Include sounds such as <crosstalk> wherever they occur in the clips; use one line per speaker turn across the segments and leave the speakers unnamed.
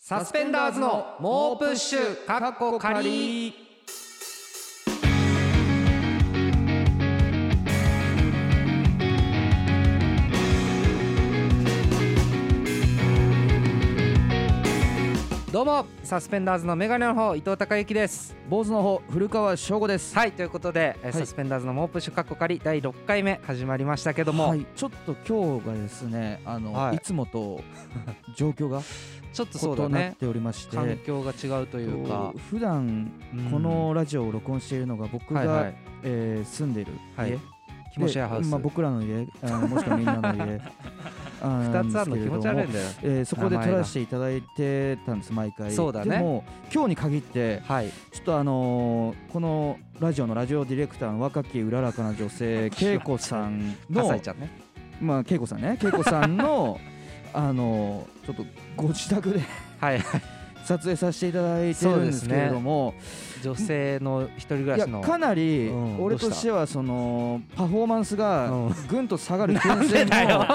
サスペンダーズの猛プッシュかっこ仮どうもサスペンダーズのメガネの方伊藤孝之です
坊主の方古川翔吾です
はいということで、えー
はい
サスペンダーズの猛プッシュかっこ仮第6回目始まりましたけども、
はいちょっと今日がですねあの、
はい
い、つ
<laughs>
もと状況が
ちょっとそうだ
異なっ
ね
ておりまして、
環境が違うと
と
いうか、
普段
うん
このラジオを録音しているのが僕が、
はいはい
えー住んでいる家、
はいキモシェアハウス、
でまあ、僕らの家あのもしくはみんなの
<laughs>
家
二つあるの気持ち悪い
い
んだよ
えーそこで撮らせていただいてたんです毎回
そうだね
でも今日に限って
はい
ちょっとあのーこのラジオのラジオディレクターの若きうららかな女
<laughs>
性恵子さんの
葛西ちゃんね
まあ、恵子さんね恵子さんの
<laughs>
あのちょっとご自宅で <laughs>
はい
撮影させていただいてるんですけれども、
<laughs> 女性の一人暮ら
いや
しの
かなり
うん
俺
どう
と
した
してはそのパフォーマンス
う
が
ん
ぐんと下がる傾向
なん <laughs> で
も
だよ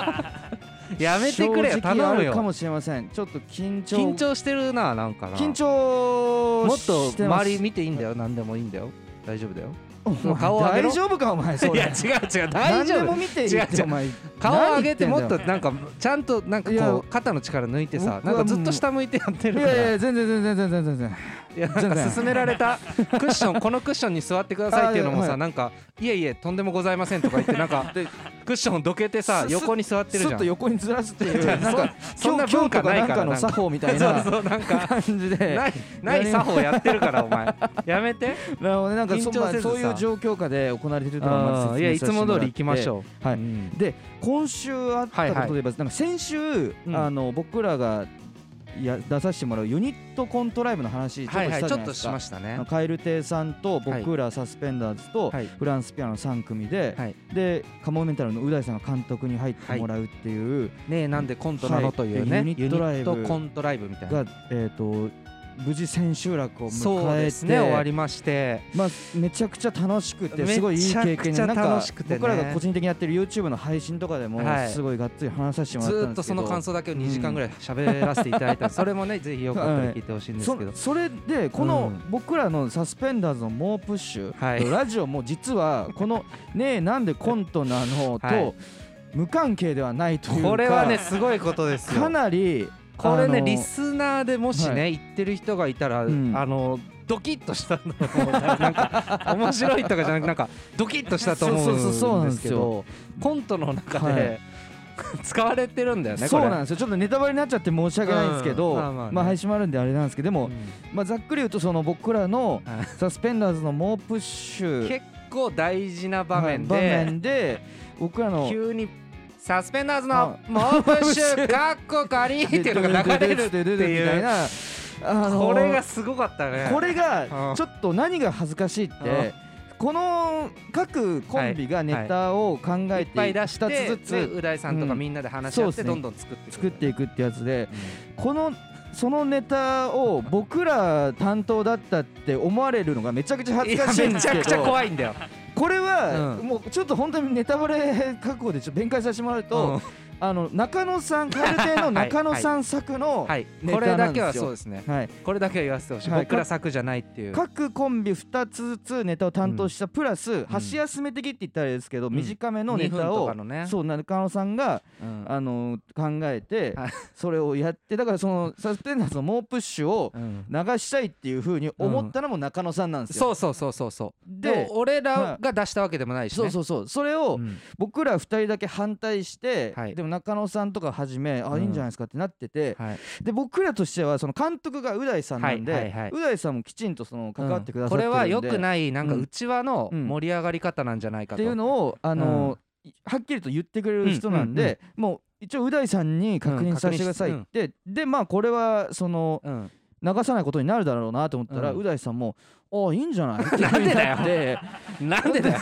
やめてくれよ
正直
頼
あ
む
るか
よ
もしれませんちょっと緊張
緊張してるななんかな
緊張
もっと
してます
周り見ていいんだよ何でもいいんだよ大丈夫だよ
お前
顔上げろ
大丈夫かお前それ
違う違う
何でも見ていい
違
っ
う違
て
う
お前
顔上げても
何
っ
言
と
んだよ
なんかちゃんとなんか
い
こ
や
う肩の力抜いてさ
僕
な
は
ん
もう
かずっと下向いてやってる
い
から
やいや全然全然全然全然
いやなん
全
か
然
勧められ
<laughs>
たクッションこのクッションに座ってくださいっていうのも
あいや
さ
はい
なんかいえいえとんでもございませんとか言ってなんか
<laughs> で
クッションどけてさ
す
横に座ってるじ
スッ
ゃ
と
ん
横にずらすって
<laughs>
いう
じゃあ
なんか
そんな
京
文
京都
化ないからな
んの
んか
作法みたい
そう
な
そうなんか
感じで
ないな
や
い
り
作法やってるからお
<laughs>
前やめて
なるほどねなんかそ
緊張
まあ
せずさ
そういう状況下で行われてると
あ
は
ーいやいつも通り行きましょう
は
う
い
ん
で今週あったことで言えばなんか先週
ん
あの僕らがや出させてもらうユニットコントライブの話ちょっと
はいはい
した
ち
じ
ょ
ゃな
っ
い
と
です
し
か
ましたね
あのカエル亭さんと僕らサスペンダーズと
はい
フランスピアノ3組で、
はい
でカモメンタルのう大さんが監督に入ってもらうっていう、
ねえなんでコントなのというね
はい
ユ
ユ
ニ
ニットライ
ッ
ブ
トコントライブみたいな
が、えー、と無事千秋楽を迎えて
そうですね終わりまして
まあ、めちゃくちゃ楽しくて
めちゃくちゃ
すごいいい経験でなんか
楽しくてね
僕らが個人的にやってる YouTube の配信とかでも
はい
すごいがっつり話させても
ず
らった
ー
ん
っ
で
と
すけ
そ
ど、
の感想だけを2時間ぐらい喋らせていただい
<laughs>
たんでそれもねぜひよかったら聞いてほしいんですけど
そそれでこの
う
僕らのサスペンダーズの猛プッシュ、
はい
ラジオも実はこの「ねえなんでコントなの?」と、
はい
無関係ではないというか
これはねすごいことですよ
かなり
これ
あ
ね
の
リスナーでもし
は
ね言ってる人がいたらあ
うん
のドキッとしたのなんか <laughs> 面白いとかじゃなくなんかドキッとしたと思
そうそうそうそう
うん
な
で
んですす
け
よ
どコントの中
は
で <laughs> 使われてるんだよねこ
そう
れ
なんですよちょっとネタバレになっちゃって申し訳ないんですけ
う
ど、
んま
ま
あ
あ
まあね
配信もあるんであれなんですけどでも、
うん
まあ、ざっくり言うとその僕らの
はい
サスペンダーズの猛プッシュ
結構大事な場面
はい場
で
面で僕らの
急に「サスペンダーズの猛プッシュ」かっこ仮っていうのが流れるって
みた
い
いうなあの
これがすごかったね
これ
う
が
ん
ちょっと何が恥ずかしいっ
うん
てこの各コンビがネタを考
い
え
っぱ
て
い出
一
してね
つずつ
う大さんとか
うん
みんなで話し
そう
合っ
で
て
すね
どんどん作って
作っていくってやつで
うん
このそのネタを僕ら担当だったって思われるのがめちゃくちゃ恥ずかしいん
め
です
ちゃ
けど
くちゃ怖いんだよ。
これは
う
もうちょっと本当にネタバレ覚悟でちょっと弁解させてもらうと、あの中野さん蛙亭
<laughs>
の中野さん作の
はい、
ネ
これ
タな
だ
ん
け
で
は
す
そう
よ。
ですね。
はい、
これだけは言わせてほしい。
はい
僕ら作じゃないっていう。
各コンビ2つずつネタを担当したプラス、箸休め的って言ったらあれですけど、
ん
短めの
2
ネ
分
タ
と
を、
かのね。
そう中野さんが、
うん
あの考えて
はい
それをやってだからそのサスペンダーズの猛プッシュを
うん
流したいっていうふうに思ったのも中野さんなんですよ。
そうそうそうそうそう。で
で、
俺らが出したわけでもないし
そう
ね。
そうそうそれを、
うん
僕ら2人だけ反対して、
はい
でも中野さんとかはじめあ、
うん
いいんじゃないですかってなってて、
はい
で僕らとしてはその監督がう大さんなんで、
はいはいはいう
大さんもきちんとその関わってくださ
こ
っ
れ
てるんで、
は良く
い
ないなんか
うん
内輪の盛り上がり方なんじゃないか
っ
と。
ていうのをあの、はっきりと言ってくれる人なんで、もう一応う大さんに確認させてくださいって、でまあこれはその
うん
流さないことになるだろうなと思ったら
うん
う大、さんも
<laughs>
「あいいんじゃない?」っていう風になっ
な
て。
んでだよ。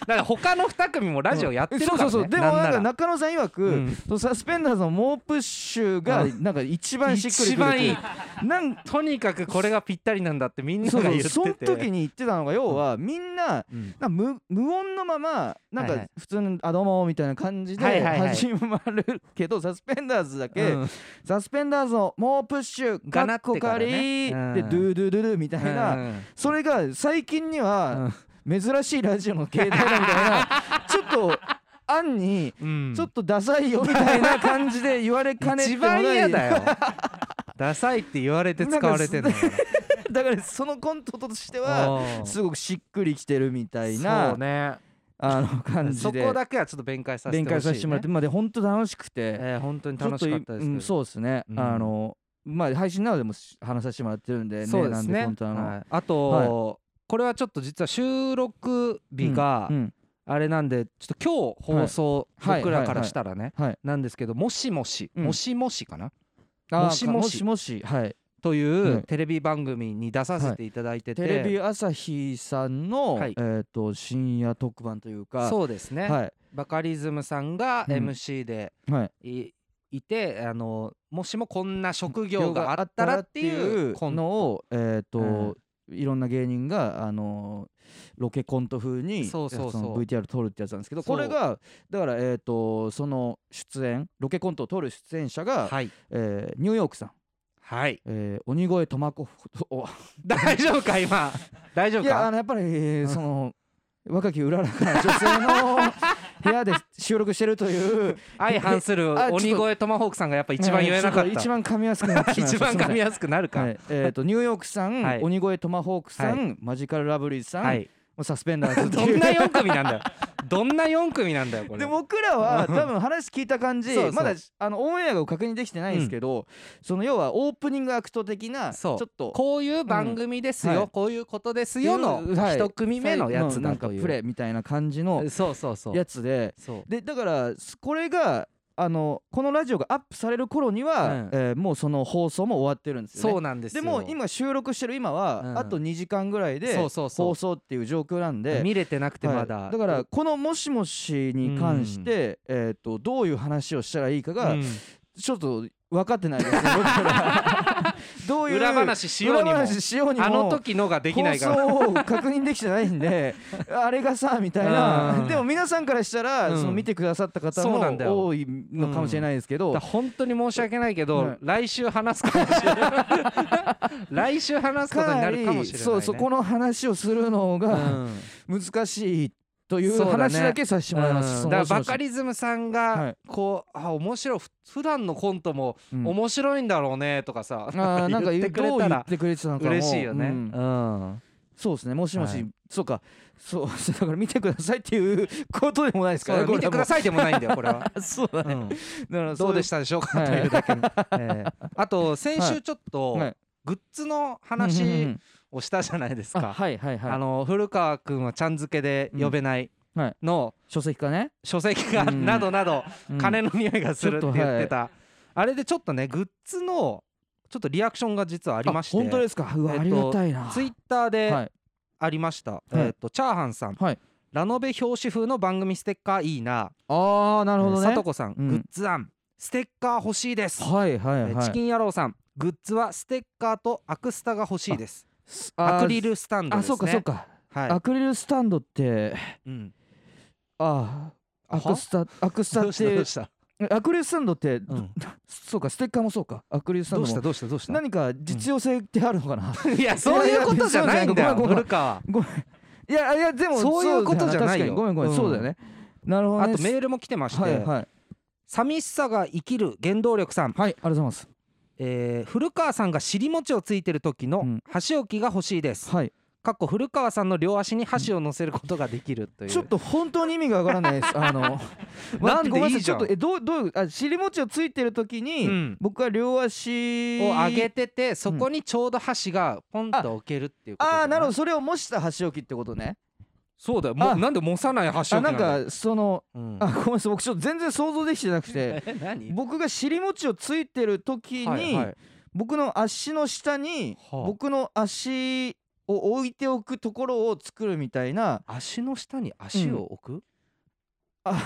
から他の2組もラジオやってるか
そう
ら、ね
そうそうでもなんか中野さん曰く、
うん
そのサスペンダーズの猛プッシュが
うん
なんか一番しっくり
一
くる
番いい
なんか
とにかくこれがぴったりなんだってみんな
そう
が
そ
言っ
う
てて
その時に言ってたのが要はみんな
うん
なんか無無音のままな
は
ん
いは
か
い
普通の「あどうも」みたいな感じ
は
で
いはいはい
始まるけどサスペンダーズだけ
うん
「サスペンダーズの猛プッシュ」
がな
っ
っ
こ
てか
からり
ね
で
うん
「ドゥドゥドゥドゥ」みたいな
うん
それが最近には珍しいラジオの形態だみた
<laughs>
いなちょっと案に
うん
ちょっとダサいよみたいな感じで言われかねて
一
もない
番嫌だよダサいって言われて使われてんのか
だからそのコントとして
な
は
うん
すごくしっくりきてるみたい
そ
な
うね
あの感じ
そ
で
こだけはちょっと弁解させて
弁
ほしいね
解させてもらってまあで本当楽しくて
えー本当に
ちょ
楽
っと
しかったですけど
うんそうですね
うん
あのまあ配信などでもし話させてもらってるんでね
そうで
な
す
ん
ね
で本当
は
あの
いあと、これはちょっと実は収録日が
うんうん
あれなんでちょっと今日放送、
はいはい
僕らか
はいは
ら
い
したらね、
はい
なんですけど「もしもし、
うん
もしもし」かな
あー
もしもし
もしはい
といううんテレビ番組に出させていただいてて、
テレビ朝日さんの
はい
えっと深夜特番というか
そうですね、
はい
バカリズムさんが
うん
MC で
はい
い,、てあのもしもこんな職業があったらっていうコント
のをえっ
うん
といろんな芸人があのーロケコント風に
そうそうそう
の VTR 撮るってやつなんですけど
そう
これがだからえっとその出演ロケコントを撮る出演者が
はい
えーニューヨークさん
はい
えー鬼越トマコフと
<laughs>
お
大丈夫か今大丈夫
い
か
やあのやっぱりえ
うん
ーその若きうららかな女性の部屋で収録してるという
相反する
あちょっと
鬼越トマホークさんがやっぱ <laughs> 一番言え
<laughs>
なかっ
ちょと一
た
番噛みやすくなってしまい
<laughs>
ま
一
した
番噛みやすくなるか
はい、えっ、とニューヨークさん、
はい
鬼越トマホークさん、マジカルラブリーさん、
は
も
いう
サスペンダーズ <laughs> って
ど
いうん
な4組なんだよどんな4組なんだよこれ
で僕らは多分話聞いた感じ
そうそう
まだあのオンエアが確認できてないんですけど、その要はオープニングアクト的なち
そ
ょ
う
っと
こういう番組ですよ、
うんはい
こういうことですよの
はい
一組目のやつ
な
だ
んか
という、
プレイみたいな感じの
そうそうそう
やつで
そう
でだからすこれがあのこのラジオがアップされる頃には、
うん
えーもうその放送も終わってるんですよね。
そうなんです
で
よ
も今収録してる今は、
うん
あと2時間ぐらいで
そうそうそう
放送っていう状況なんで、
見れてなくて
はい
まだ、
だからこの「もしもし」に関して、えー、とどういう話をしたらいいかが、
うん
ちょっと分かってな
<laughs>
いですね僕らどういう
裏話しようにも
裏話しようにも
あの時のができないから
放送を確認できてないんで <laughs> あれがさみたい
うん
なでも皆さんからしたら、
うん
その見てくださった方
そう
も
なんだよ
多いのかもしれないですけど、
だから本当に申し訳ないけど、
はい
来週話すかもしれない <laughs> 来週話すことに
かな
な
り
るかもしれない、ね、
そうそこの話をするの
う
が
ん
難しいとい
そう
う
だね
話だけさせてもらいます、
うん
その
だからバ
もし
カ
もし
リズムさん
は
が
い
こう、あ面白いふ普段のコントも
うん
面白いんだろうねとかさ、 <laughs>
あーなんか
言
言
っ
ってて
く
く
れた
れ
ら
たら言ってくれてたのかも
嬉しいよね、
うん
うん
そうですねもしもし、
はい
そうかそうだから見てくださいっていうことでもないです
そ
から
う
ね
見てくださいでもないんだよこれは、
い <laughs> そうだね、
うん
だから
どうでしたたでしょうか
はい
というだけ
<laughs>
の、えーあと先週ちょっと
はい
グッズの
うんうんう
話
ん
をしたじゃないですか、
あはいはいはい
あの古川君はちゃん付けで呼べない
うんはい
の
書籍かね、
書籍が
うん
などなど
うん
金の匂いがするって言ってた、あれでちょっとねグッズのちょっとリアクションが実はありまして
本当ですかうわ、
えっと
ありがたいな
ツイッター
は
で
い
ありました、
い
えっとチャーハンさん、
はい
ラノベ表紙風の番組ステッカーいいな
ああなるほど
さと
ね
こさん、
うん
グッズ案ステッカー欲しいです、
はいはいはい
えーチキン野郎さんグッズはステッカーとアクスタが欲しいです
あー
アクリルスタンド
あ
ですね
そうかそうか、
はい
アクリルスタンドって
うん、
ああア
は
クスタアクスタ
どう
っ
したど
て
うした、
アクリルスタンドって、
うん
そうかステッカーもそうかアクリルスタン
ど
ド
うした
も
どうしたどうした
何か実用性ってあるのかな、
<laughs> いやそういうことじゃないんだよ
ごめんごめん
古川
ごめんいやいやでも
そういうこと
だ
じゃないよ
確かにごめんごめん、
うん
そうだよねなるほど
あ
ね
とメールも来てまして、
はいはい
寂しさが生きる原動力さん、
はいありがとうございます
えー古川さんが尻餅をついてる時
う
の
ん
箸置きが欲しいです、
はい
かっこ古川さんの両足に箸を乗せることができるという
ちょっと本当に意味がわからないですあ <laughs> の
なんで
ごめ
い
さ
いじゃん
ちょっとえどうどういうあ尻餅をついてる時に、
うん
僕は両足
を上げててそこにちょうど箸がポンと置けるっていうことじゃ
あ
い
あなるほどそれを模した箸置きってことね
そうだよもう
あ
なんで模さない箸
あ
置きなん
な
んだよ、
かその
うん、
あごめんなさい僕ちょっと全然想像できてなく <laughs> て
え何
僕が尻餅をついてる時に、
はいはい
僕の足の下に、
はあ
僕の足を置いておくところを作るみたいな
足の下に足を置く、
あ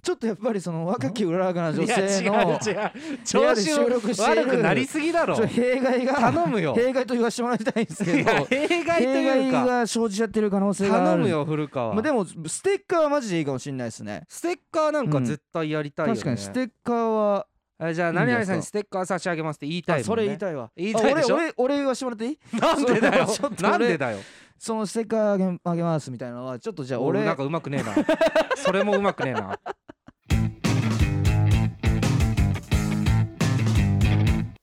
ちょっとやっぱりその若き裏がない女
や
性
違う
の
違う
部
調
屋で
子
収録している
悪くなりすぎだろ
ちょ弊害が
頼むよ
弊害と言わせてもらいたいんです
い
けど
や弊害と
弊
いう
害
か
が生じちゃってる可能性があ
頼
る
むよ古川、
まあでもステッカーはマジでいいかもしれないですね
ステッカーなんか絶対やりたいよ、ね
確かにステッカーは
えじゃあ
いいんじゃな
何々
いですか
さんにステッカー差し上げますって言いたいもん、
あ
ね、
それ言いたいわ
言いたいでしょ
あ俺俺俺言わせてもらっていい
<laughs> なんでだよ
それはちょっと俺
なんでだよ
そのステッカーあげあげますみたいなのはちょっとじゃあ
俺
俺
なんかうまくねえな <laughs> それもうまくねえな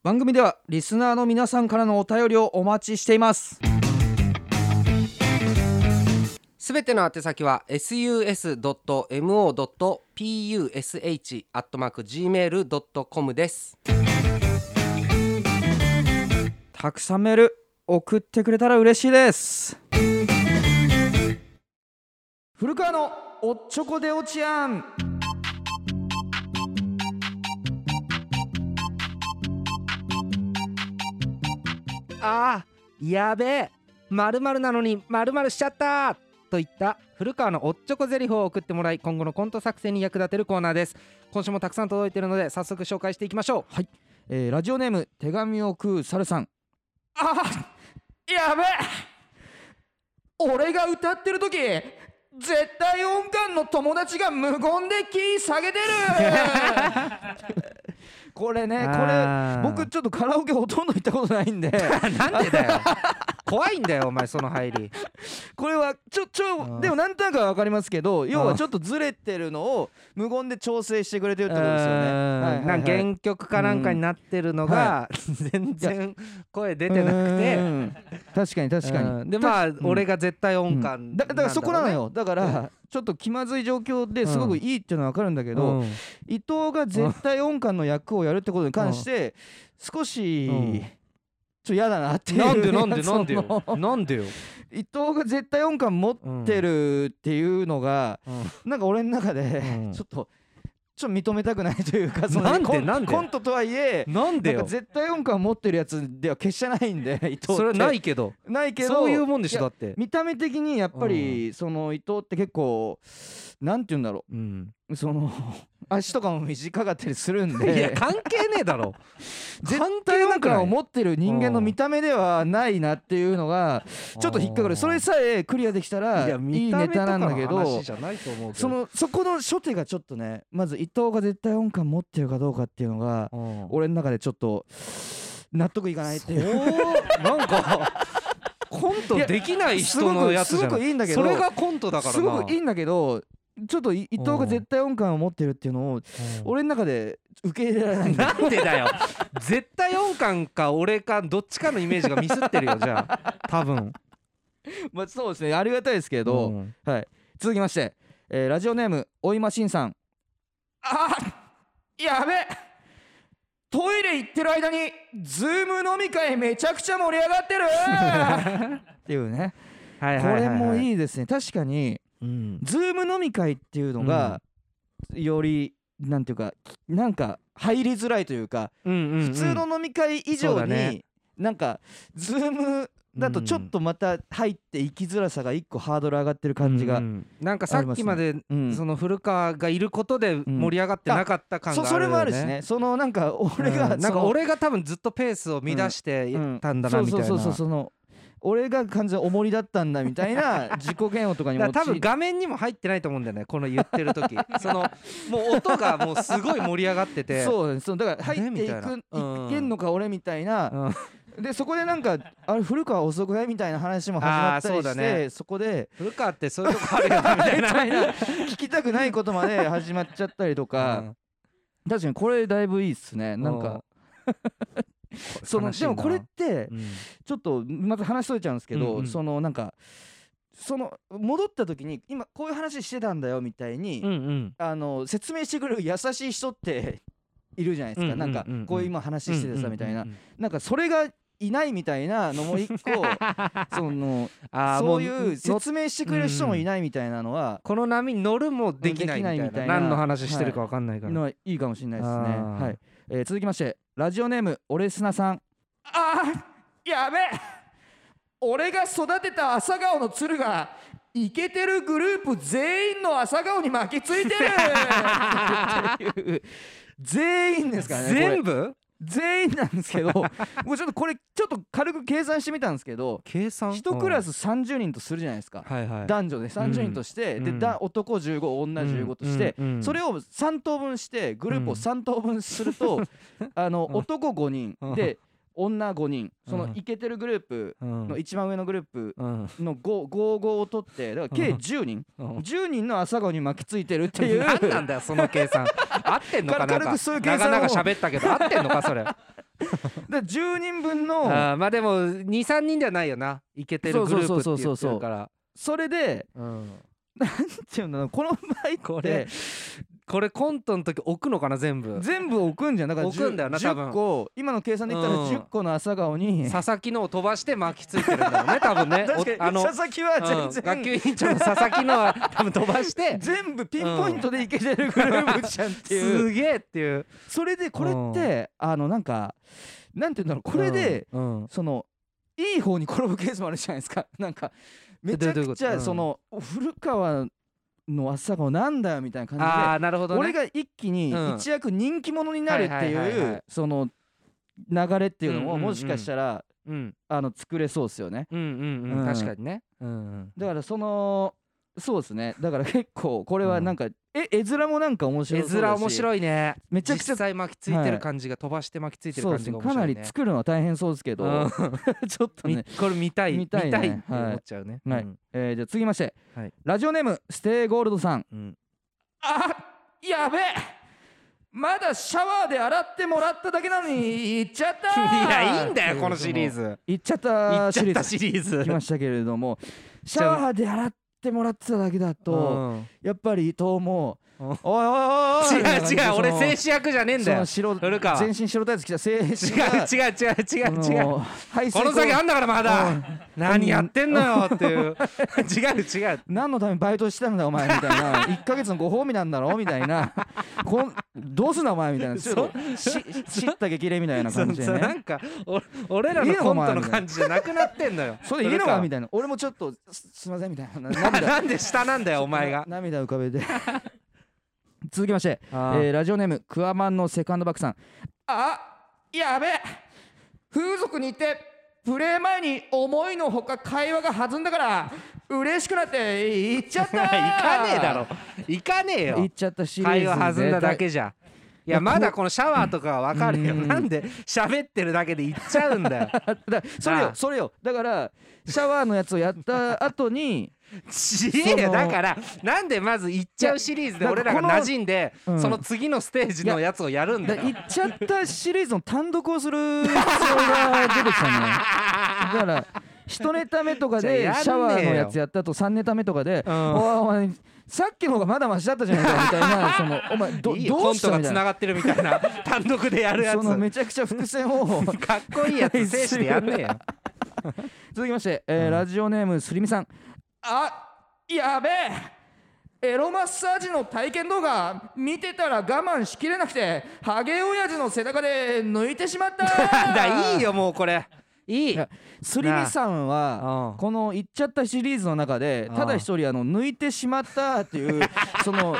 番組ではリスナーの皆さんからのお便りをお待ちしています
すべての宛先は sus.mo.push.gmail.com です。
たくさんメール送ってくれたら嬉しいです古川のおっちょこでおちやん
あーやべえまるなのにまるしちゃったといった古川のおっちょこゼリフを送ってもらい今後のコント作成に役立てるコーナーです今週もたくさん届いているので早速紹介していきましょう
えーラジオネーム手紙を食う猿さん
あ
やべえ俺が歌ってる時絶対音感の友達が無言でキー下げてる <laughs> これねこれ
あー
僕ちょっとカラオケほとんど行ったことないん <laughs> で
なんでだよ <laughs> 怖いんだよお前その入り
これはちょち
う
ょ
ん
でも何となくは分かりますけど要
う
は
ん
ちょっとずれてるのを無言で調整してくれてるってことですよね。
うん
はいはいはい
なんか原曲かなんかになってるのが、全然声出てなく
う
て
ん確かに確か
う
に。
んでまあ、
ん
俺が絶対音
う
感
んだだからそこなのよだか
う
らちょっと気まずい状況ですごくいいっていうのは分かるんだけ
け
ど、伊藤が絶対音感の役をやるってことに関して少し、
うん
ちょっと嫌だなっていうね、
なんでなん <laughs> でなんで
<laughs> その
よなんでよ、
伊藤が絶対音感持ってるっていうのが、なんか俺の中で
うん
ちょっとちょっと認めたくないというかその
なんで
コン
なんで
コントとはいえ
なんで
<laughs> なん
よ
か絶対音感持ってるやつでは決してないんで伊藤って
それはないけど
ないけど
そういうもんでしょ
い
だ
や
って、
見た目的にやっぱり、その伊藤って結構なんて言うんだろ
うん、
うその <laughs> 足とかも短かったりするん
<laughs> い
で
や関係ねえだ <laughs> ろ
絶対なんか思ってる人間の見た目ではないなっていうの
<laughs>
がちょっと引っかかるそれさえクリアできたらいいネタなんだけど
じゃないと思うけど
そのそこの初手がちょっとねまず伊藤が絶対音感持ってるかどうかっていうのが
うん
俺の中でちょっと納得いかないっていう
そうなん <laughs> かコントできない人のやつじゃ
すごくいいんだけど
それがコントだからな
すごくいいんだけどちょっとい伊藤が絶対音感を持ってるっていうのを
うん
俺の中で受け入れら
<laughs>
れないんだよ
なんでだよ絶対音感か俺かどっちかのイメージがミスってるよじゃあ多分
まあそうですねありがたいですけ
う
ど
ん
はい、続きまして、えーラジオネームおいましんさんあーやべトイレ行ってる間にズーム飲み会めちゃくちゃ盛り上がって
<laughs>
るっていうね
はい
こ
はいはい
れも
い、
いいですね確かに
うん
ズーム飲み会っていうのが、よりなんていうかなんか入りづらいというか、
うんうんうん
普通の飲み会以
そう
上
だ
に、
ね
なんかズームだとちょっとまた入って行きづらさが一個ハードル上がってる感じが、
うんうんなんかさっきまで
うん
その古川がいることで盛り上がってなかった感が
そ
ある
それもある
よ
し
ね
ねそのなんか俺が、
うんなんか
その
俺が多分ずっとペースを乱して
うん
たんだなみたいな
そうそうそうそうその俺が完全に重りだったんだみた
<laughs>
いな自己嫌悪とかに
だ
も
から多分画面にも入ってないと思うんだよねこの言ってる
<laughs>
時そのもう音がもうすごい盛り上がってて
そうだねそのだから入ってい
ねみたい
く
なうん
いけんのか俺みたいな、でそこでなんかあれ古川遅くないみたいな話も始まったりして
あーそうだ
そ,、
ね
こ
<laughs>
で
古川ってそういうとこあるよなみた
<laughs>
いな
みたいな聞きたくないことまで始まっちゃったりとか、確かにこれだいぶいいっすね
う
なんか、その
悲しい
で
な
もこれって
うん
ちょっとまた話しとれちゃうんですけど、
うんうん
そのなんかその戻った時に今こういう話してたんだよみたいに、
うんうん
あの説明してくれる優しい人って <laughs> いるじゃないですか、
うんうんうんうん
なんかこういう今話しててさみたいな、
うんうんうん
なんかそれがいないみたいなのも一個その
あーも
そういう
の
説明してくれる人もいないみたいなのは、
この波に乗るもできないみたいな
できないみたいな
何の話してるかわかん
<laughs>
ないから、
のはいいかもしれないですね、
あー
はいえー続きましてラジオネームオレスナさんあーやべえ俺が育てた朝顔の鶴がイケてるグループ全員の朝顔に巻きつい
<laughs>
てるっていう全員ですからねこれ
全部
全員なんですけどもうちょっとこれちょっと軽く計算してみたんですけど
計算
一クラス30人とするじゃないですか、
はいはい
男女で30人として、
うん
で
うん
だ男15女15として、それ
を
を3等分してグループ
う
を
ん
3等分す
<laughs>
ると、あの男5人
うん
で女5人そうの
ん
イケてるグループ
の
の一番上のグループ
うん
の55を取ってだから計
うん
10人
うん
10人の朝顔に巻きついてるっていう
<laughs>
<laughs>
何なんだよその計算合ってんのかなん
軽
か
くそういう計算を
長々喋ったけど合ってんのかそ
<laughs>
れあ
で10人分の
ーまあでも23人ではないよないけてるグループって言ってるから
それで
うん
っていうんだろうこの場合こ
れこれコントの時置くのかな全部
全部置くんじゃんだから
置くんだよな多分
10個今の計算で言ったら
うん
10個の朝顔に
佐々木のを飛ばして巻きついてるんだろう
<laughs>
ね多分ね
確かに
おあの
佐々木は
うん
全
学
然
級委員長の佐々木のは多分飛ばして
<laughs> 全部ピンポイントでいけてるグループじゃんっていう
すげえっていう
それでこれってあのなんかなんて言うんだろうこれで
うんうん
そのいい方に転ぶケースもあるじゃないですか <laughs> なんかめちゃ
どういう
く
こと
ち
どういうこ
ゃ
と
その古川の朝顔なんだよみたいな感じで
ああなるほどね
俺が一気に
うん
一躍人気者になるって
はいはいはい
い
はいう
その流れっていうの
うんうんう
も
ん
もしかしたら
うん
あの作れそうですよね
うんうんうん
うん
確かにねうん
だからそのそうですねだから結構これはなんか、え絵面もなんか面白
絵
い
面面
い
白いね
めちゃくちゃ
実際巻きついて
は
る
い
感じが飛ばして巻きついてる
そう
感
です
じ
ね
が
か
面
な
白い
り
ね
作るのは大変そうですけど、
うん
<laughs> ちょっとね
みこれ見たい見
見
た
た
い
いね
って思っちゃうね、
はい
うん
えーじゃあ次まして、
はい
ラジオネームステイゴールドさん
うん
あやべえまだシャワーで洗ってもらっただけなのに行っちゃっ
い
た <laughs>
やいいんだよこのシリー
ズ
ズ
行っちゃっ
い
た
っち
シ
ゃっ
リー
た
ズ
シリーズ
来ましたけれどもシャワーで洗ってもらってただけだと、やっぱり伊藤も「
うん
おいおいおいおい
違う違う俺
青
静止役じゃねえんだよ違う
その白
古川
全身白タイツ着た精神
違う違う違う違う
う
この先あんだからま
う
だ
ん
何やってんのよっていう違う違う
何のためにバイトしてたんだお前みた
<laughs>
いな1ヶ月のご褒美なんだろみたいなこんどうすんだお前みたいなちょっとし叱咤激励みたいな
そ
感
う
じ
そ
で
うな
ね
んかお俺らのコントの感じじゃなくなってんのよ
それいいのかみ
た
たいな俺もちょっとすすいませんみたいな
<laughs> な
涙
なんで下なんだよお前が
涙浮かべて <laughs> 続きまして
あー
えーラジオネームクワマンのセカンドバックさんあやべえ風俗に行ってプレー前に思いのほか会話が弾んだから嬉しくなって行っちゃった
<laughs> 行かねえだろ行かねえよ
行っちゃったシリーズ
会話弾んだだけじゃいやまだこのシャワーとかは分かるよ
うん
なんで喋ってるだけで行っちゃうんだ
<laughs>
よ
あだそれ
なあ
よそれよだからシャワーのやつをやった後に
ちげえよ
その
だからなんでまず行っちゃうシリーズで俺らが馴染んで
この
その次のステージのやつをやるんだ
だ
よ
行っちゃったシリーズの単独をする必要が出てきたねだから一ネタ目とか
じ
で
ゃあやんねえよ
シャワーのやつやった後三ネタ目とかで「
ん
おいお前さっきの方がまだマシだったじゃないか」みたいなそのお前ど
いいよ
ど
コ
う
ン
した
トが
みた
つ
い
な
な
がってるみたい
<laughs>
な単独でやるやつ
そのめちゃくちゃ伏線を
かっこいいやつ精子でやんねえ
<laughs>
よ
続きまして、えーラジオネームすりみさんあやべえエロマッサージの体験動画見てたら我慢しきれなくてハゲ親父の背中で抜いてしまった
<laughs> だいいよもうこれいい
いやすりみさん
なあ
はこの「いっちゃった」シリーズの中で
ああ
ただ一人あの抜いてしまったっていう <laughs> その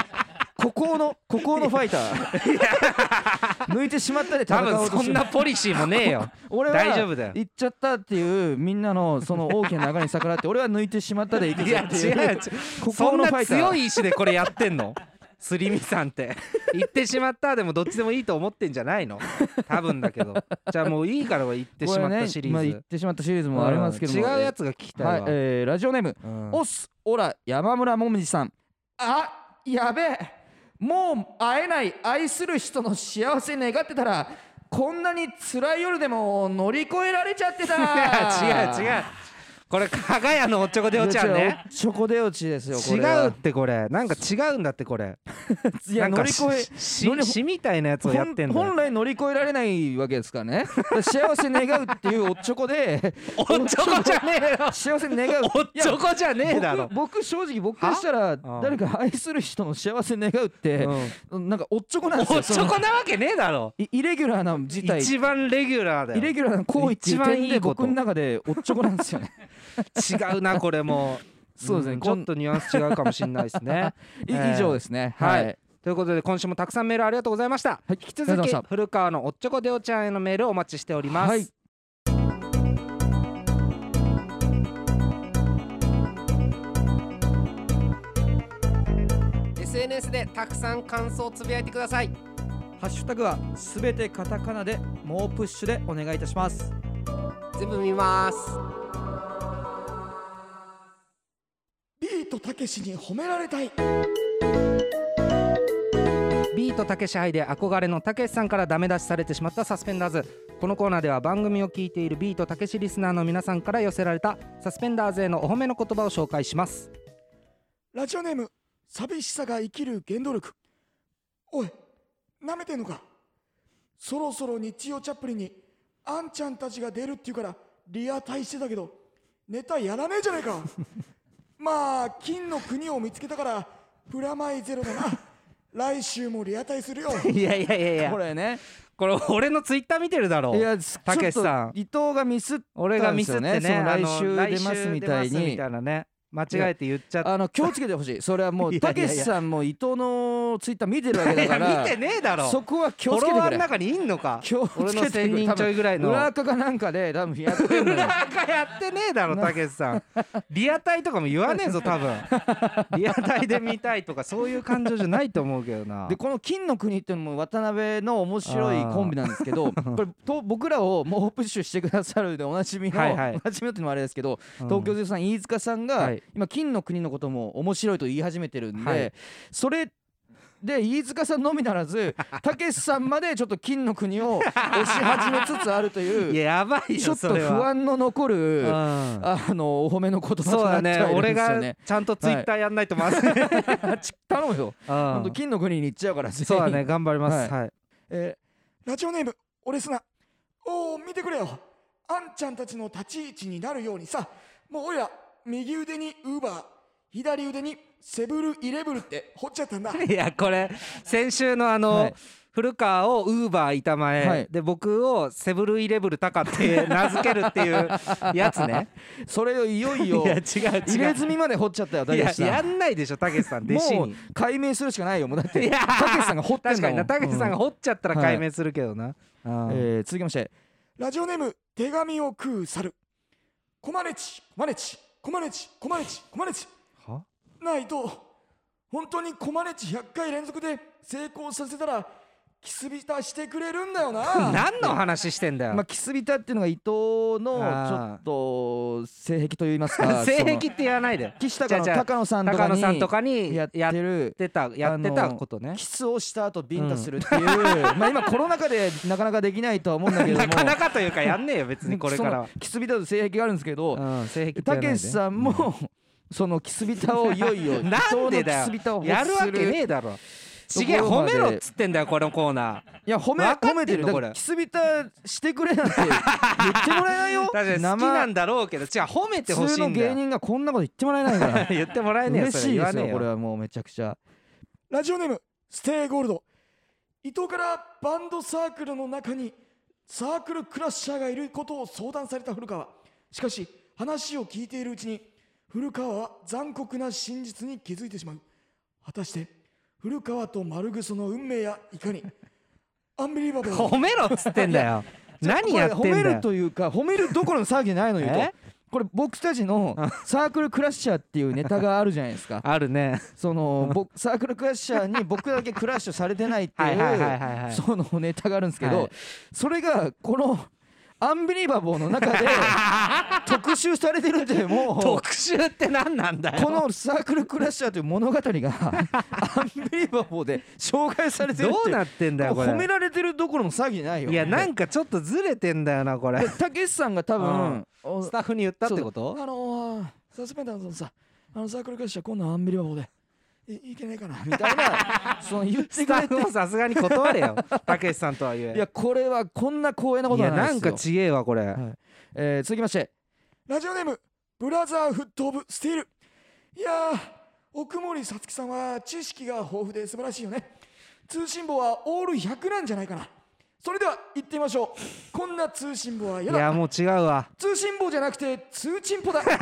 孤高の孤高のファイター <laughs> 抜いてしまったで
多
戦お
分
うと
そ
して
んなポリシーもねえよ
俺は
大丈夫だよ
行っちゃったっていうみんなのその大きな流れに逆らって <laughs> 俺は抜いてしまったでい
<laughs>
け
い
ち
や
ゃうって
違
いう
違う
こ
そ
こ
ん
の
な
ファイター
強い意志でこれやってん <laughs> のすりみさんって言ってしまったでもどっちでもいいと思ってんじゃないの多分だけどじゃあもういいから言ってしまったシリー
これねまあ、
ズ、
行ってしまったシリーズもありますけども、
うん違うやつが聞きたいわ、
はい、えーラジオネーム、
うん
オスオラ山村もみじさんあやべえもう会えない愛する人の幸せ願ってたらこんなに辛い夜でも乗り越えられちゃってた <laughs>
違う違うこれ加賀屋のおっちょこでおちゃんね
チョコデオチですよこ
違
れは
うってこれなんか違うんだってこれ
いや
なん
乗
か
り越え乗り
ししみたいなやつをやってんだ
本
よ
本来乗り越えられないわけですから <laughs> ねだから幸せ願うっていうおっちょこ <laughs> で
おっちょこじゃねえよ
幸せ願う
おっ
いや
ちょこじゃねえだろ
僕僕正直僕からしたら
は
誰か愛する人の幸せ願うって、なんかおっちょこなんですよ
おっちょこなわけねえだろ
そのイイレギュラーな事態
一番レギュラーだ
イレ
よ
ギュラーな行為ってい
一
う
番いい
点で
こと
<laughs> 僕の中でおっちょこなんですよね
違うなこれも
<laughs>
そうですね
んちょっとニュアンス違うかもしれないですね
い
えー
以上ですね
は
はいい、
ということで今週もたくさんメールありがとうございました、
い
引き続
ありが
き
とうございまし
古川のおっちょこでおちゃんへのメールをお待ちしております、
はい
す SNS でたくさん感想をつぶやいてください
ハッシュタグはすべてカタカナで猛プッシュでお願いいたします
全部見ます
ビートたけしに褒められたい
ビートたけし杯で憧れのたけしさんからダメ出しされてしまったサスペンダーズこのコーナーでは番組を聞いているビートたけしリスナーの皆さんから寄せられたサスペンダーズへのお褒めの言葉を紹介します
ラジオネーム寂しさが生きる原動力おいなめてんのかそろそろ日曜チャップリンにあんちゃんたちが出るっていうからリアタイしてたけどネタやらねえじゃねえか <laughs> まあ金の国を見つけたからプラマイゼロだな来週もリアタイするよ
いやいやいやいや
これね
これ俺のツイッター見てるだろ
いやちょっと
たけしさん
伊藤がミスったんですよね
俺がミスってね
その
あの
来週出ますみたい
来週出ますみ
に
たいなね間違えて言っちゃっ
あの気をつけてほし
<laughs>
いそれは
い
も
や
う
いや
た
いや
けしさんも伊藤のツイッター見てるわけ
た
だ
い
か
や
ら
見てねえだろ
そこは気
フ
を
ォ
つけ
ロ
て
ワ
く
ーの
れ
中にいんのか
気をつけてく
俺
れ
の1000人ちょいぐらいの
多分裏垢かなんかで多分やって
<laughs>
るのよ
裏垢やってねえだろたけしさんリアタイとかも言わねえぞ多
<laughs>
分リアタイで見たいとかそういう感情じゃないと思うけどな
でこの金の国っていうのも渡辺の面白いコンビなんですけ
<laughs>
どこれと僕らを猛プッシュしてくださるでおなじみの、
はいはい
おなじみのっていうのもあれですけど、
うん
東京03さん飯塚さんが、
はい
今金の国のことも面白いと言い始めてるんで、
はい
それで飯塚さんのみなら
<laughs>
ずたけしさんまでちょっと金の国を推し始めつつあると
<laughs> い
いう
ややばいよ
ちょっ
そ
と
れは
不安の残る、
うん
あのお褒めの言葉
そう
とな
だ
っち
ね
ゃうんで
俺
すよ
が
ね。
ちゃんとツイッターやんないとまず
<laughs>
い、
頼むよ、
う
ほん
ん
と金の国に行っちゃうから全員
そうだね頑張ります、
は
はい
え
ラジオネーム俺すなおお見てくれよあんちゃんたちの立ち位置になるようにさもうおいら右腕にウーバー左腕にセブルイレブルって掘っちゃったんだ
いやこれ先週のあの、
はい
古川をウーバー板前、
はい
で僕をセブルイレブルタカって名付けるっていうやつね
ー <laughs> それをいよい
い
よ
や違う
入
違
れ
う
墨まで掘っちゃったよ
い
<laughs> 大
や
吉
や
さん
んないでしょたけしさん弟子
もう
に
解明するしかないよもうだっ
い
て
や
たけしさんが掘ってん
確か
だ
に
も
なんたけしさんが
う
掘っちゃったら
はい
解明するけどな、うん
えー続きまして
ラジオネーム手紙を食う猿コマネチコマネチコマネチコマネチコマネチ
は
なあ伊藤本当にコマネチ100回連続で成功させたらキスビタしてくれるんだよ
<laughs>
な
何の話してんだよ、 <laughs>
まあキスビタっていうのが伊藤
あ
の
ー
ちょっと性癖といいますか
<laughs> 性
その
癖って言わないで
岸高の
じゃあじゃあ
高野さんと
高野さんと
か
かにや
にや
っ
って
や
てる
ってたやってたことね <laughs>
キスをした後ビンタするっていう、まあ今コロナ禍でなかなかできないとは思うんだけれども
なかなかというかやんねえよ別にこれからは
そのキスビタと性癖があるんですけど、
うん性癖って言わ
た
ないで
けしさんも、そのキスビタをいよい
<laughs>
よ
なんでだ
伊藤のキスビタ
よ
を
やるわけねえだろちげえ褒めろっつってんだよこのコーナー
いや褒め
わかってんの
褒めてるだ
こ
か
れ
らキスビタしてくれなんて言ってもらえないよ
確かに好き <laughs> なんだろうけど違う褒めて
生
ほ
普
しい
通の
んだ
芸
よ
人がこんなこと言ってもらえ
<laughs>
ないから
言ってもらえねえよ
嬉
そ
し
れ
い
言
で
わ
す
ね
よ
え
これ
よ
はもうめちゃくちゃ
ラジオネームステイゴールド伊藤からバンドサークルの中にサークルクラッシャーがいることを相談された古川しかし話を聞いているうちに古川は残酷な真実に気づいてしまう果たして古川と丸ぐその運命やいかにアンビリバブル
褒めろっつってんだよ何やってん
これ褒め
だ
る
よ
というか褒めるどころの騒ぎじゃないのよ
え
とこれ僕たちのサークルクラッシャーっていうネタがあるじゃないですか
あるね
その僕サークルクラッシャーに僕だけクラッシュされてないってい
はいはいはいはいはいう
そのネタがあるんですけど、
はい
それがこのアンビリバボーの中
<laughs>
で特集されてるんでもう
特集って何なんだよ
このサークルクラッシャーという物語がアンビリバボーで紹介されてる
ど
って
う
いう
なってんだよこれ
褒められてるどころの詐欺じゃないよ
いやなんかちょっとずれてんだよなこれ
でたけしさんが多分お
スタッフに言ったってこと
あのー、サスペンダーズのさあのサークルクラッシャーこんなんアンビリバボーでいいけないかな
みたい
<laughs>
なその言って
ス
く
タ
れ
ッフ
て
もさすがに断 <laughs> れよたけしさんとは言え
いやこれはこんな光栄なこ
い
とは
や
な
ないん
ですよ
かちげえわこれ
えー続きまして
ラジオネームブラザーフット・オブ・スティールいやー奥森さつきさんは知識が豊富で素晴らしいよね通信簿はオール100なんじゃないかなそれでは行ってみましょうこんな通信簿は嫌
いや
だ
もう違うわ
通信簿じゃなくて通信簿だこれ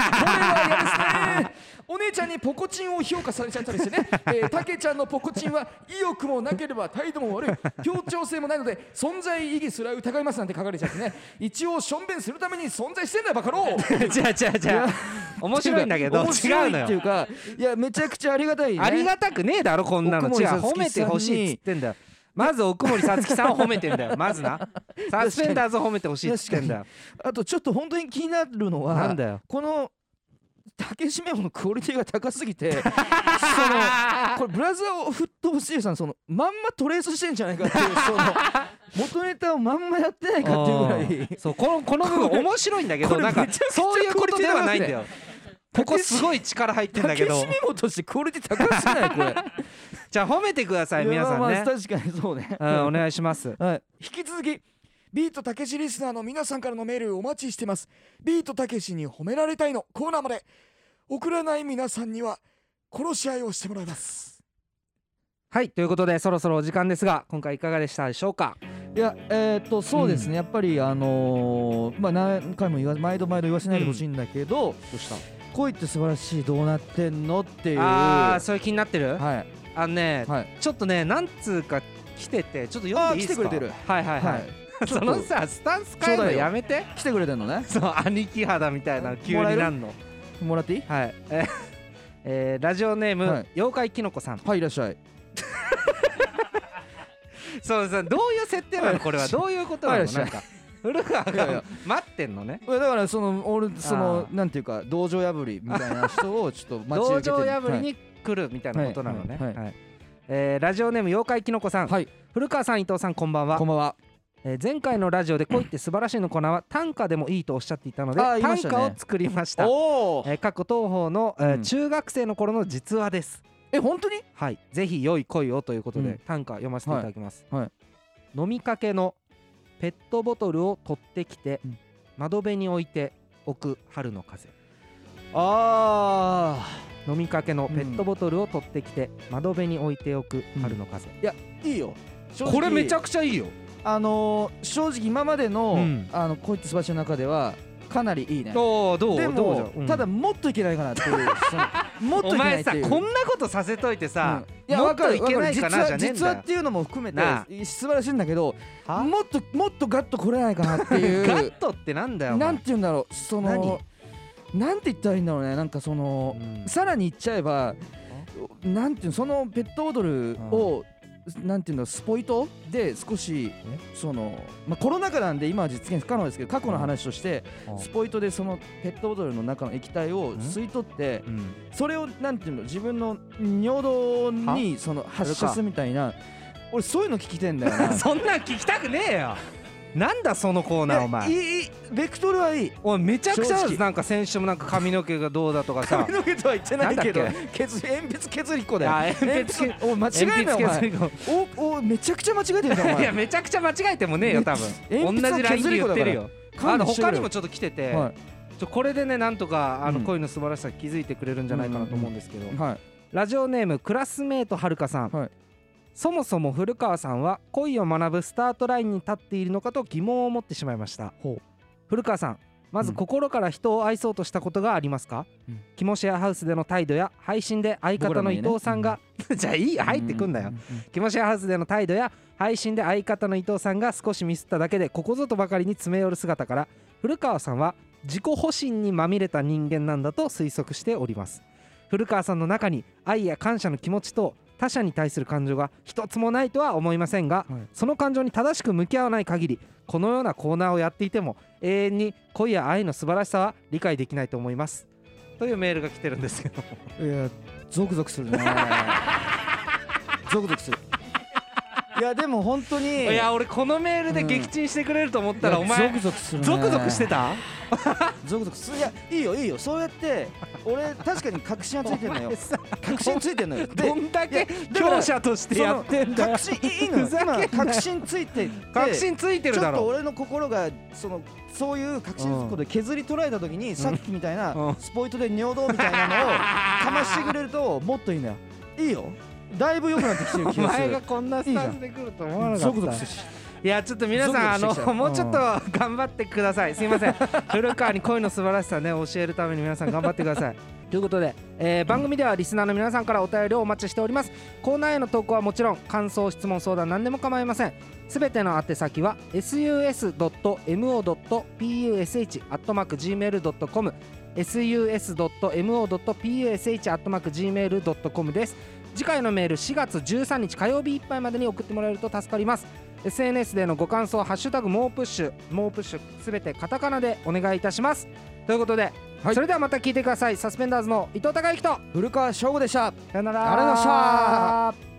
は嫌ですねお姉ちゃんにポコチンを評価されちゃったりしてねえーたけ、ちゃんのポコチンは意欲もなければ態度も悪い協調性もないので存在意義すら疑いますなんて書かれちゃってね一応しょんべんするために存在してんだよバカロ
違
ー
う違う違う面白いんだけど
面
違
白
うの
いってい
よ
うかいやめちゃくちゃありがたいね
ありがたくねえだろこんなの
奥
違う
森
褒めてほしいっつってんだよまず奥森さつきさんを褒めてんだよまず <laughs> なサスペンダーズを褒めてほしいっつってんだよ
あとちょっと本当に気になるのは
なんだよ
この竹島のクオリティが高すぎて
<laughs>
そのこれブラザーを沸騰してるさんそのまんまトレースしてんじゃないかっていう
<laughs>
その元ネタをまんまやってないかっていうぐらい
そうこのこの部分面白いんだけど
これ
なんか
めちゃくちゃ
そういうことではないんだよ
<laughs>
こ
こ
こ
れ
すごい力入ってんだけ
竹
ど
島もとしてクオリティ高すぎ
<laughs>
ないこれ
じゃあ褒めてください皆さ
いや
ん
まあ
ね
まあ確かにそうね
うんお願いします
はい
引き続きビートたけしリスナーの皆さんからのメールお待ちしてますビートたけしに褒められたいのコーナーまで送らない皆さんには殺し合いをしてもらいます
はいということでそろそろお時間ですが今回いかがでしたでしょうか
いやえーっとそうですね、やっぱりあのーまあ何回も言わ毎度毎度言わせないでほしいんだけど、
どうした
恋って素晴らしいどうなってんのっていう
ああそれ気になってる
はい
あのね
はい
ちょっとね何通か来ててちょっと読んでいいですか
あー来てくれてる
はいはいは
はいい
<laughs> そのさスタンス変えるのやめて
来てくれてんのね
そう兄貴肌みたいな急
もらえ
に
る
なんの
もらっていい
はいえーえーラジオネーム、
はい
妖怪きのこさん
はいいらっしゃい
そうそうどういう設定なのこれはどういうことな
は
の
いいら
なん
っし
か古川
いやい
が
や
待ってんのね
いやだからその俺そ
あ
の
ー
なんていうか道場破りみたいな人をちょっと待ち
道
受け
<laughs>
て
場破り
はい
に来るみたいなことなのね
はいはいは
はいえーラジオネーム妖怪きのこさん、
はい
古川さん伊藤さんこんばんは
こんばんは
えー前回のラジオで恋って素晴らしいのコーナーは短歌でもいいとおっしゃっていたので
あー言いま
短
したね
歌を作りました
おお
えー過去東方の、えー
うん
中学生の頃の実話です
え本当に
はいぜひ良い恋をということで、
うん
短歌読ませていただきます、
はいは
飲みかけのペットボトルを取ってきて、
うん
窓辺に置いておく春の風
あ
飲みかけのペットボトルを取ってきて、窓辺に置いておく春の風、
あいいよ正直
ゃくちゃいいよ
あのー正直今までの、
うん
あのこいつ素晴らしいの中ではかなりいいね
どうどう
で
どうじ
も、
ゃん
ただもっといけないかなっていうその
<laughs>
もっと
お
いけない
前
って
さ
い
こ
う
んなことさせといてさ、
うんや
もっ
わか
と
る
いけないか
わ
なじ
る
ゃねえん
実
だ
は実は
よ
っていうのも含め
な
て素晴らしいんだけど
は
もっともっとガッとこれないかなっていう
<laughs> ガットってなんだよお前
なんて言うんだろうそのなんて言ったらいいんだろうねなんかその
うん
さらに言っちゃえばなんていうのそのペットボトルをなんていうのスポイトで少しそのまあコロナ禍なんで今は実現不可能ですけど過去の話として
うん
スポイトでそのペットボトルの中の液体を吸い取って
うん <laughs>
それをなんていうの自分の尿道にその発射するみたいな俺そういうの聞きてんだよな。
<laughs> そんなん聞きたくねえよなんだそのコーナーお
い
前
やいいいいベクトルはいい
おいめちゃくちゃあ
正
る
直
なんか先週もなんか髪の毛がどうだとかさ
髪の毛とは言ってないけど
なん
削鉛筆削りっこだよ
あ鉛筆削り
鉛筆お間違えないお
鉛筆削
前
り
おおめちゃくちゃ間違えてるじゃん
い
お <laughs>
や
前
めちゃくちゃ間違えてもねえよ多
鉛
分
筆
同じラインで言ってる
は
よあ
勘
の
弁してく
他
れ
に
よ
もちょっと来てて、
は
ちょこれでねなんとかあの
うん
恋の素晴らしさ気づいてくれるんじゃないかなと思うんですけど、
いはい
ラジオネームクラスメートはるかさん、
はい
そもそも古川さんは恋を学ぶスタートラインに立っているのかと疑問を持ってしまいました
ほう
古川さんまず
うん
心から人を愛そうとしたことがありますか、
うん
キモシェアハウスでの態度や配信で相方の伊藤さんが、 <laughs> じゃあいいよ入ってくんなよ、
ううう
キモシェアハウスでの態度や配信で相方の伊藤さんが少しミスっただけでここぞとばかりに詰め寄る姿から古川さんは自己保身にまみれた人間なんだと推測しております古川さんの中に愛や感謝の気持ちと他者に対する感情が一つもないとは思いませんが、
はい
その感情に正しく向き合わない限りこのようなコーナーをやっていても永遠に恋や愛の素晴らしさは理解できないと思いますというメールが来てるんですけど
いやゾクゾクするね <laughs> ゾクゾクするいやでも本当に
いや俺このメールで撃沈してくれると思ったらお前
ゾクゾクするね
ゾクゾクしてた
ゾクゾクするいやいいよいいよそうやって俺確かに確信はつい
<laughs>
てんのよ
お前さ
確信ついてんのよで
どんだけ
いやだから
強者としてやってんだよ
確信いいいいのよ
ふざけんなよ
今確信ついてって
確信ついてる
ちょ
だ
っと
ろ
俺の心がそのそういう確信
うん
ことで削り取られた時にさっきみたい
うん
なスポイトで尿道みたいな
<laughs>
のをかましてくれるともっといいんだよいいよだいぶ良くなってきてる
お
気がす
前が
る
こんなスタンスで来ると思わなか
ゾ
っ
クゾ
た
クするし
いやちょっと皆さん
ゾクゾクしてきた
あのもうちょっと頑張ってくださいすいません古川に恋の素晴らしさね教えるために皆さん頑張ってくださいということで、えー番組ではリスナーの皆さんからお便りをお待ちしておりますコーナーへの投稿はもちろん感想質問相談何でも構いませんすべての宛先は sus.mo.push.gmail.com sus.mo.push.gmail.com です次回のメール4月13日火曜日いっぱいまでに送ってもらえると助かります SNS でのご感想「ハッシュタグ猛プッシュ」猛プッシュすべてカタカナでお願いいたしますということで、
はい
それではまた聞いてくださいサスペンダーズの伊藤孝之と
古川翔吾でした
さよな
ありがとうござい
ら
ました